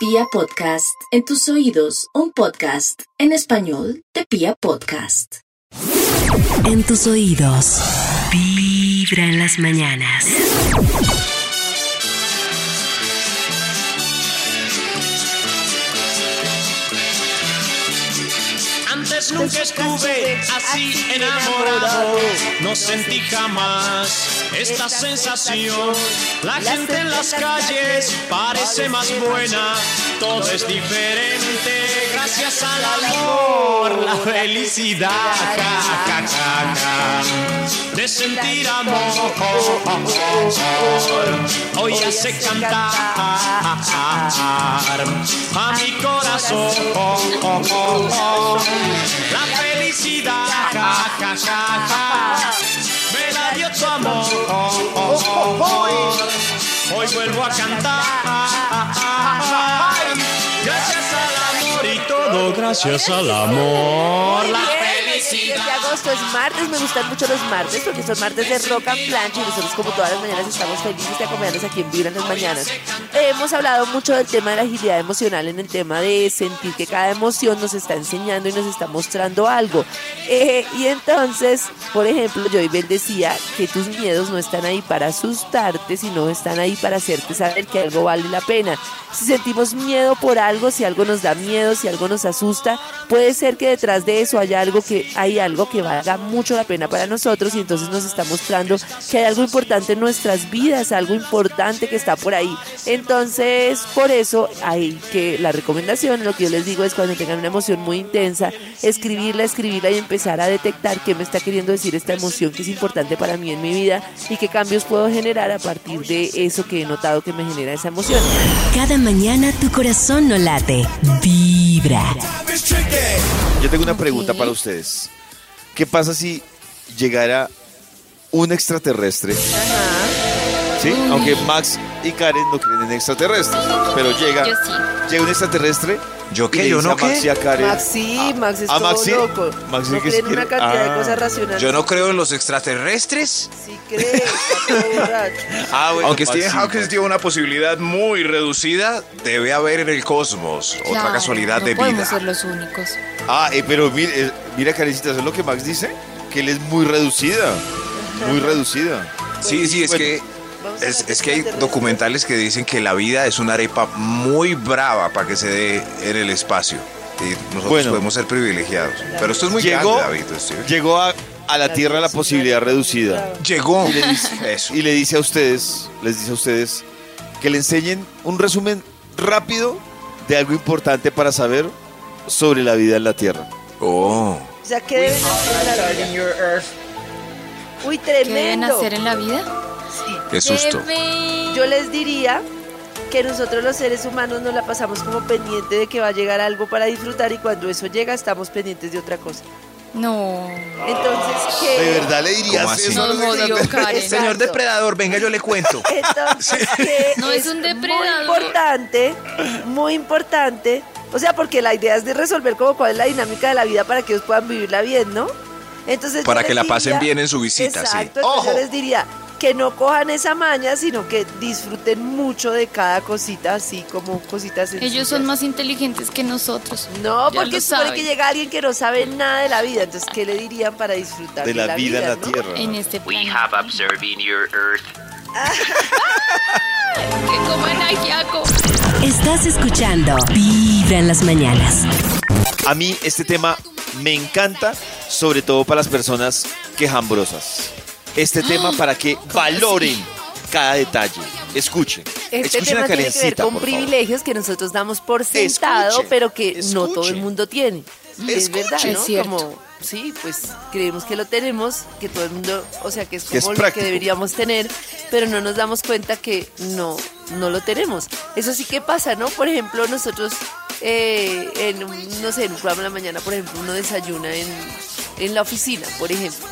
Pia Podcast, en tus oídos, un podcast en español de Pia Podcast. En tus oídos, vibra en las mañanas. Antes nunca estuve así enamorado, no sentí jamás esta sensación. La gente en las calles parece más buena, todo es diferente gracias al amor, la felicidad. ja, ja, ja, ja, De sentir amor, hoy hace cantar a mi corazón. La felicidad, ja, ja, ja, ja, me la dio tu amor. Hoy vuelvo a cantar. Gracias al amor y todo, gracias al amor. La El felicidad. de agosto es martes, me gustan mucho los martes porque son martes de rock and plancha y nosotros como todas las mañanas estamos felices de acompañarnos aquí en Vibra en las mañanas. Hemos hablado mucho del tema de la agilidad emocional en el tema de sentir que cada emoción nos está enseñando y nos está mostrando algo. Eh, y entonces, por ejemplo, Joybel decía que tus miedos no están ahí para asustarte, sino están ahí para hacerte saber que algo vale la pena. Si sentimos miedo por algo, si algo nos da miedo, si algo nos asusta, puede ser que detrás de eso haya algo que hay algo que valga mucho la pena para nosotros y entonces nos está mostrando que hay algo importante en nuestras vidas, algo importante que está por ahí. Entonces, por eso hay que la recomendación, lo que yo les digo es cuando tengan una emoción muy intensa, escribirla, escribirla y empezar a detectar qué me está queriendo decir esta emoción que es importante para mí en mi vida y qué cambios puedo generar a partir de eso que he notado que me genera esa emoción. Cada mañana tu corazón no late, vibra. Yo tengo una pregunta para ustedes. ¿Qué pasa si llegara un extraterrestre? ¿Sí? Aunque Max y Karen no creen en extraterrestres, pero llega, Yo sí. llega un extraterrestre. ¿Yo y qué? le ¿Yo dice no a Max qué? y a Karen. Maxi, Ah, Max es ¿A todo Maxi? loco. Maxi no que creen se una quiere- cantidad Ah. de cosas racionales. Yo no creo en los extraterrestres. Sí cree, está todo borracho. Ah, bueno, Aunque Stephen Maxi, Hawking dio una posibilidad muy reducida, debe haber en el cosmos otra Claro, casualidad no de podemos vida. ser los únicos. Ah, eh, pero mira, eh, mira Karencita, eso es lo que Max dice, que él es muy reducida. Muy reducida. Sí, sí, es Bueno. que Vamos a es, ver es que hay extraterrestres. documentales que dicen que la vida es una arepa muy brava para que se dé en el espacio. Y nosotros Bueno. podemos ser privilegiados. Pero esto es muy Llegó- grande, David. pues, Stephen. Llegó a, a la Tierra la posibilidad reducida. Llegó. y le dice, Eso. y le dice a ustedes, les dice a ustedes que le enseñen un resumen rápido de algo importante para saber sobre la vida en la Tierra. Oh. O sea, ¿qué deben hacer en la vida? Uy, tremendo. ¿Qué deben hacer en la vida? Qué susto. Deben- Yo les diría que nosotros los seres humanos nos la pasamos como pendiente de que va a llegar algo para disfrutar y cuando eso llega estamos pendientes de otra cosa. No. Entonces, ¿qué? le ¿Cómo así? Nos jodió Karen. Exacto. Señor depredador, venga, yo le cuento. Entonces, que No es un depredador. Muy importante, muy importante. O sea, porque la idea es de resolver como cuál es la dinámica de la vida para que ellos puedan vivirla bien, ¿no? Entonces yo Para que les la pasen diría- bien en su visita, sí. Exacto, entonces yo Ojo. les diría que no cojan esa maña, sino que disfruten mucho de cada cosita, así como cositas Ellos sencillas. son más inteligentes que nosotros. No, Ya porque lo supone saben. que llega alguien que no sabe nada de la vida. Entonces, ¿qué le dirían para disfrutar De la vida en la no? Tierra. En este plan. We have observed in your earth Que coman ajiaco. Estás escuchando Vibra en las mañanas. A mí este tema me encanta, sobre todo para las personas quejambrosas. Ah. Este tema para que valoren cada detalle. Escuchen. Este Escuchen a tema tiene que ver Karencita, con por favor. privilegios que nosotros damos por sentado, Escuche, pero que no escuche. todo el mundo tiene. Es Escuche. verdad, Es ¿no? cierto. Como, sí, pues creemos que lo tenemos, que todo el mundo, o sea, que es Que es como lo que práctico. deberíamos tener, pero no nos damos cuenta que no, no lo tenemos. Eso sí que pasa, ¿no? Por ejemplo, nosotros, eh, en, un- no sé, en un programa de la mañana, por ejemplo, uno desayuna en, en la oficina, por ejemplo.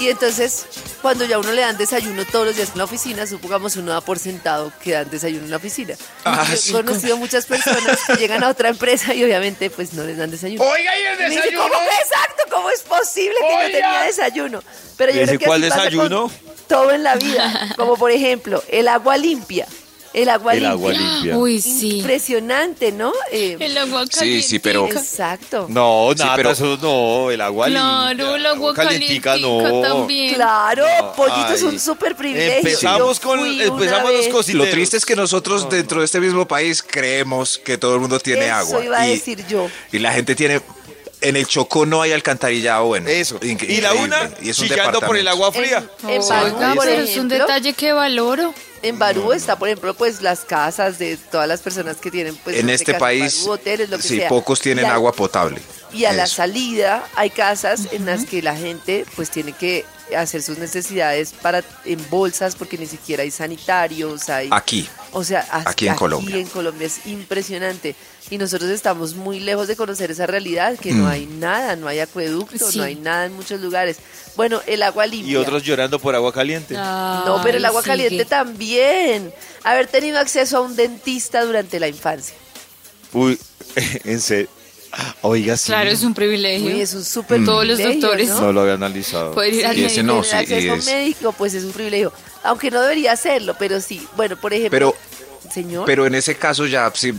Y entonces, cuando ya uno le dan desayuno todos los días en la oficina, supongamos uno da por sentado que dan desayuno en la oficina. Yo he conocido muchas personas que llegan a otra empresa y obviamente pues no les dan desayuno. Oiga, ¿y el Y me dice, ¿cómo que exacto? ¿Cómo es posible que Oiga. no tenía desayuno? Pero yo Dice, creo que ¿cuál así pasa con desayuno? todo en la vida, como por ejemplo el agua limpia. El agua El limpia. agua limpia. Uy, sí. Impresionante, ¿no? Eh, El agua Sí, sí, pero- calientica. exacto. No, Sí, nada, pero- eso no, el agua Claro, limpia, el agua calientica también. Claro, pollito es ay. un super privilegio. Empezamos Yo con- fui empezamos una los vez- cos- Lo triste es que nosotros dentro de este mismo país creemos que todo el mundo tiene Eso agua. iba a y, decir yo. y la gente tiene... En el Chocó no hay alcantarillado, bueno. Eso. Inque- y la increíble. una Y es un chillando por el departamento. agua En, fría. en Barú, Oiga, por pero es un ejemplo, detalle que valoro. en Barú está, por ejemplo, pues las casas de todas las personas que tienen, pues en no sé, este casas país, Barú, hoteles, lo que sí, sea. pocos tienen Y a- agua potable. Y a la Eso. salida hay casas en las que la gente pues tiene que hacer sus necesidades para en bolsas porque ni siquiera hay sanitarios, hay Aquí. o sea, hasta Aquí en Colombia. en Colombia es impresionante y nosotros estamos muy lejos de conocer esa realidad que Mm. no hay nada, no hay acueducto, Sí. no hay nada en muchos lugares. Bueno, el agua limpia. Y otros llorando por agua caliente. Ah. no, pero el Ay, agua sigue. caliente también. Haber tenido acceso a un dentista durante la infancia. Uy, en serio. Oiga, sí. Claro, es un privilegio. Uy, es un súper Todos los privilegio, doctores. ¿no? No lo había analizado. Poder ir al Y ese médico. no, tener sí, y acceso es- médico, pues es un privilegio. Aunque no debería hacerlo, pero sí. Bueno, por ejemplo, Pero- señor, Pero en ese caso ya, sí,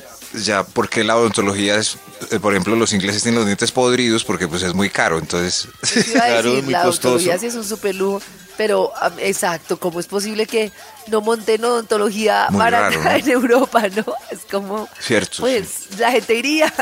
ya porque la odontología es, eh, por ejemplo, los ingleses tienen los dientes podridos porque pues es muy caro, entonces eso iba a claro, decir, es muy la odontología costoso. sí es un super lujo, pero am, exacto, ¿cómo es posible que no monten odontología Muy barata raro, ¿no? en Europa, no? Es como, Cierto, pues la gente iría.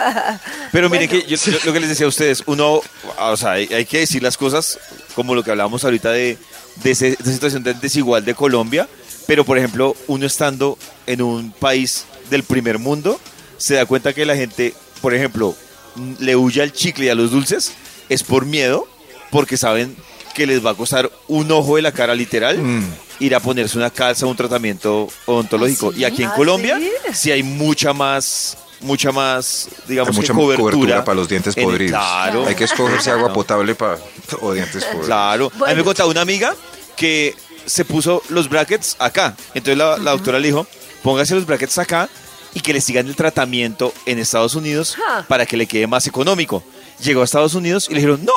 Pero miren Bueno, que yo, yo lo que les decía a ustedes, uno, o sea, hay, hay que decir las cosas como lo que hablábamos ahorita de, de ese- de esa situación tan desigual de Colombia, pero por ejemplo, uno estando en un país del primer mundo, se da cuenta que la gente, por ejemplo, mm, le huye al chicle y a los dulces, es por miedo, porque saben que les va a costar un ojo de la cara literal. Mm. ir a ponerse una calza, un tratamiento odontológico. ¿Ah, sí? Y aquí en ¿Ah, Colombia sí? sí hay mucha más, mucha más, digamos, hay digamos mucha que cobertura, para los dientes en el- podridos. Claro. Hay que escogerse agua Claro. potable para o dientes podridos. Claro. A mí me Bueno. contaba una amiga que se puso los brackets acá. Entonces la, la doctora le dijo, póngase los brackets acá y que le sigan el tratamiento en Estados Unidos Ja. para que le quede más económico. Llegó a Estados Unidos y le dijeron, no,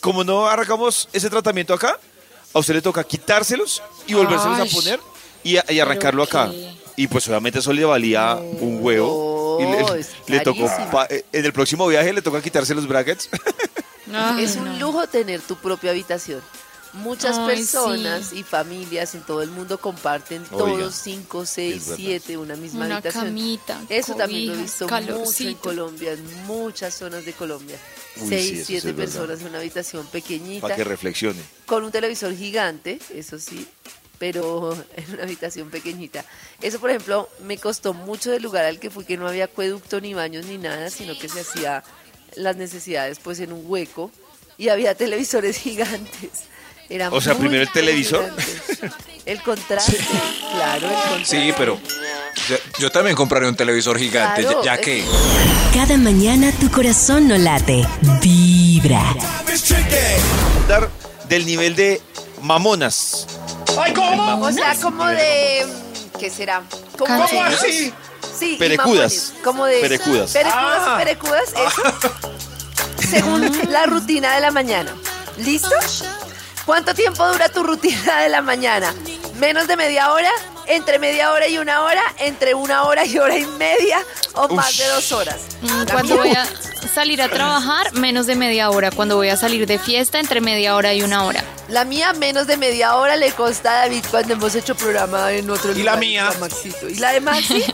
como no arrancamos ese tratamiento acá, a usted le toca quitárselos y volvérselos Ay, a poner y, a- y arrancarlo acá. qué. Y pues obviamente eso le valía un huevo. y le, No, es le tocó, carísimo. pa- eh, en el próximo viaje le toca quitarse los brackets. Ay, Es no. un lujo tener tu propia habitación. Muchas Ay, personas y familias en todo el mundo comparten Oiga, todos 5, 6, es verdad. 7, una misma Una habitación. camita, Eso también lo he cobijas, visto mucho en calorcito. Colombia, en muchas zonas de Colombia. Uy, 6, sí, eso sí 7 es verdad. personas en una habitación pequeñita, para que reflexione. con un televisor gigante, eso sí, pero en una habitación pequeñita. Eso, por ejemplo, me costó mucho del lugar al que fui, que no había acueducto ni baños ni nada, sino que se hacía las necesidades pues en un hueco y había televisores gigantes. Era O sea, muy primero el televisor. impresionante. El contraste, claro, el contraste. Sí, pero yo, yo también compraré un televisor gigante, Claro, ya, es- ya que Cada mañana tu corazón no late, vibra. Dar del nivel de mamonas. O sea, como de... ¿Qué será? Como ¿Cómo de- así? Sí, y Perecudas. mamones, como de... Perecudas. Perecudas, Ah. perecudas, eso. Según la rutina de la mañana. ¿Listo? ¿Cuánto tiempo dura tu rutina de la mañana? ¿Menos de media hora? ¿Entre media hora y una hora? ¿Entre una hora y hora y media? ¿O más de dos horas? Mm, La Cuando mía- voy a salir a trabajar, menos de media hora. Cuando voy a salir de fiesta, entre media hora y una hora. La mía menos de media hora le consta a David cuando hemos hecho programa en otro Y lugar. la mía. con Maxito. ¿Y la de Maxi?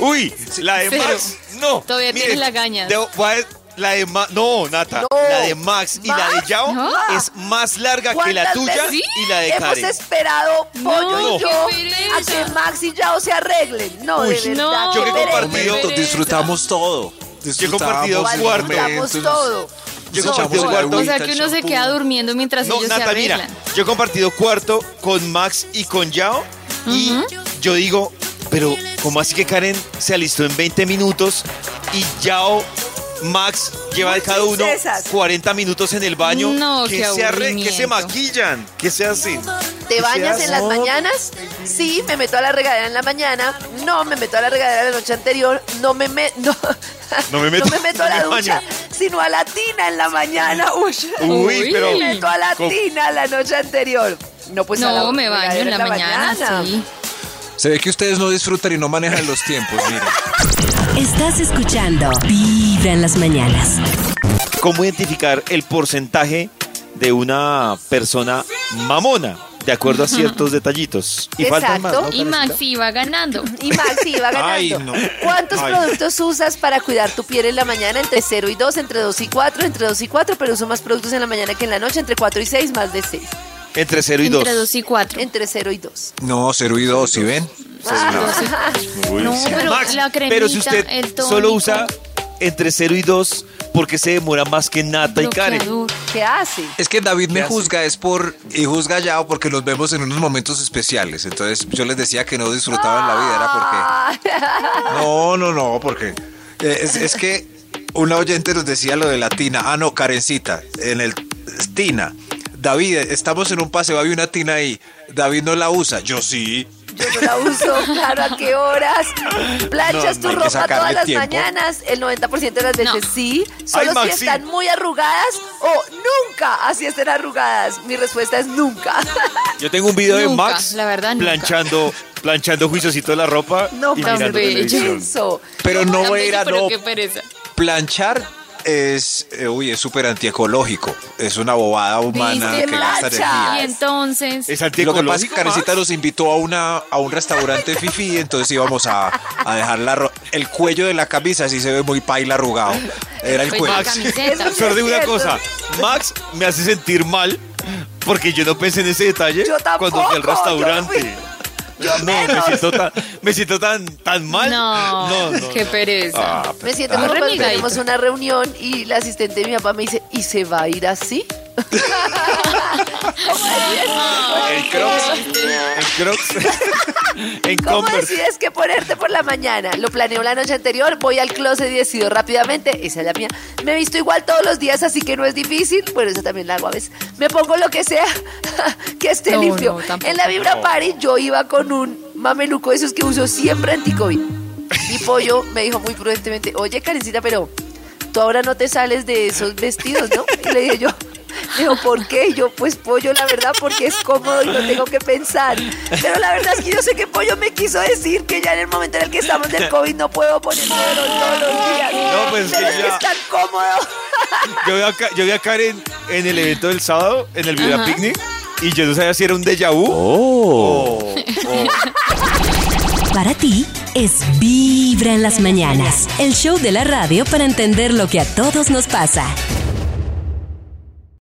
Uy, la de Cero. Max. No. Todavía Miren, tienes la gaña. debo- voy a- la de Ma- No, Nata. No. La de Max y la de ¿Max? Yao No. es más larga que la ¿Cuántas tuya veces y la de Hemos Karen. esperado Pollo No. y yo ¡Qué a pereza! que Max y Yao se arreglen. No, Uy, de verdad. no. Yo que he qué pereza. compartido- Pereza. disfrutamos todo. compartido Disfrutamos el cuarto. momento, Disfrutamos todo. Yo he nos compartido echamos el cuarto. O sea agüita, que el uno se champú. queda durmiendo mientras No, ellos se Nata, mira. arreglan. Yo he compartido cuarto con Max y con Yao. Y yo digo, pero ¿cómo así que Karen se alistó en 20 minutos y Yao, Max, lleva Muy cada uno princesas. 40 minutos en el baño? No, que qué se arre- que se aburrimiento. maquillan? que se hacen? ¿Te bañas en las No. mañanas? Sí, me meto a la regadera en la mañana. No, me meto a la regadera la noche anterior. No me, me- no, No me meto- a no la me baño. ducha, sino a la tina en la mañana. Uy, Uy, pero. me meto a la con- tina la noche anterior. No, pues a No, la me baño en regadera la mañana, sí. Se ve que ustedes no disfrutan y no manejan los tiempos, miren. Estás escuchando Vibra en las mañanas. ¿Cómo identificar el porcentaje de una persona mamona? De acuerdo a ciertos detallitos. Y faltan más, Exacto. ¿no, Y Karencita? Maxi va ganando. Y Maxi va ganando. Ay, no. ¿Cuántos Ay. productos usas para cuidar tu piel en la mañana? Entre 0 y 2, entre 2 y 4, entre 2 y 4, pero uso más productos en la mañana que en la noche, entre 4 y 6, más de 6. Entre 0 y 2. Entre dos y cuatro. Entre 0 y 2. No, cero y dos, ¿sí ven? No, pero Max, la cremita, pero si usted el tónico, solo usa entre 0 y 2, porque se demora más que Nata y Karen? bloqueador. ¿Qué hace? Es que David me juzga, es por. Y juzga ya o porque los vemos en unos momentos especiales. Entonces yo les decía que no disfrutaban la vida, era porque. Ah, No, no, no, porque eh, es, es que una oyente nos decía lo de la tina. Ah, no, Karencita, en el tina. David, estamos en un paseo, había una tina ahí. David no la usa. Yo sí. Yo no la uso, claro, ¿a qué horas? ¿Planchas No, no tu hay que ropa sacarle todas las tiempo. mañanas? El 90% de las veces No. sí. Solo si Maxi. están muy arrugadas o nunca así estén arrugadas. Mi respuesta es nunca. Yo tengo un video de Nunca, Max la verdad, nunca. planchando, planchando juiciosito la ropa No, pues, y tan mirando bello. televisión. Eso. Pero no Tan voy a bello, ir a pero no. qué pereza. Planchar es, eh, uy, es súper antiecológico. Es una bobada humana Dice que gasta plancha. energía. Y Es entonces, Y Lo que pasa es antiecológico, que Karencita nos invitó a, una, a un restaurante fifi, entonces íbamos a, a dejar la ro- el cuello de la camisa, así se ve muy paila arrugado. Era el pues, la cuello. camiseta. Eso Solo digo una Cierto. cosa, Max me hace sentir mal porque yo no pensé en ese detalle Yo tampoco, cuando fui al yo restaurante. fui- no, me menos. siento tan, me siento tan, tan mal. No, qué pereza. Ah, Me pero- siento Ah, como cuando renegadito. tenemos una reunión y la asistente de mi papá me dice, ¿y se va a ir así? En Crocs, en Crocs, en ¿Cómo Converse. decides qué ponerte por la mañana? Lo planeo la noche anterior, voy al closet y decido rápidamente. Esa es la mía. Me he visto igual todos los días, así que no es difícil. Bueno, esa también la hago a veces. Me pongo lo que sea que esté No, limpio. no, tampoco. en la Vibra Party yo iba con un mameluco de esos que uso siempre anti-COVID. Mi pollo me dijo muy prudentemente, oye, Karencita, pero tú ahora no te sales de esos vestidos, ¿no? Y le dije yo, le digo, ¿por qué? Y Yo, pues pollo, la verdad, porque es cómodo y no tengo que pensar. Pero la verdad es que yo sé que pollo me quiso decir que ya en el momento en el que estamos del COVID no puedo ponerme todos los días. No, pues, pero que es que ya. es tan cómodo. Yo vi a, Ka- yo vi a Karen en el evento del sábado, en el Vida Picnic, y yo no sabía si era un déjà vu. o- Para ti es Vibra en las mañanas, el show de la radio para entender lo que a todos nos pasa.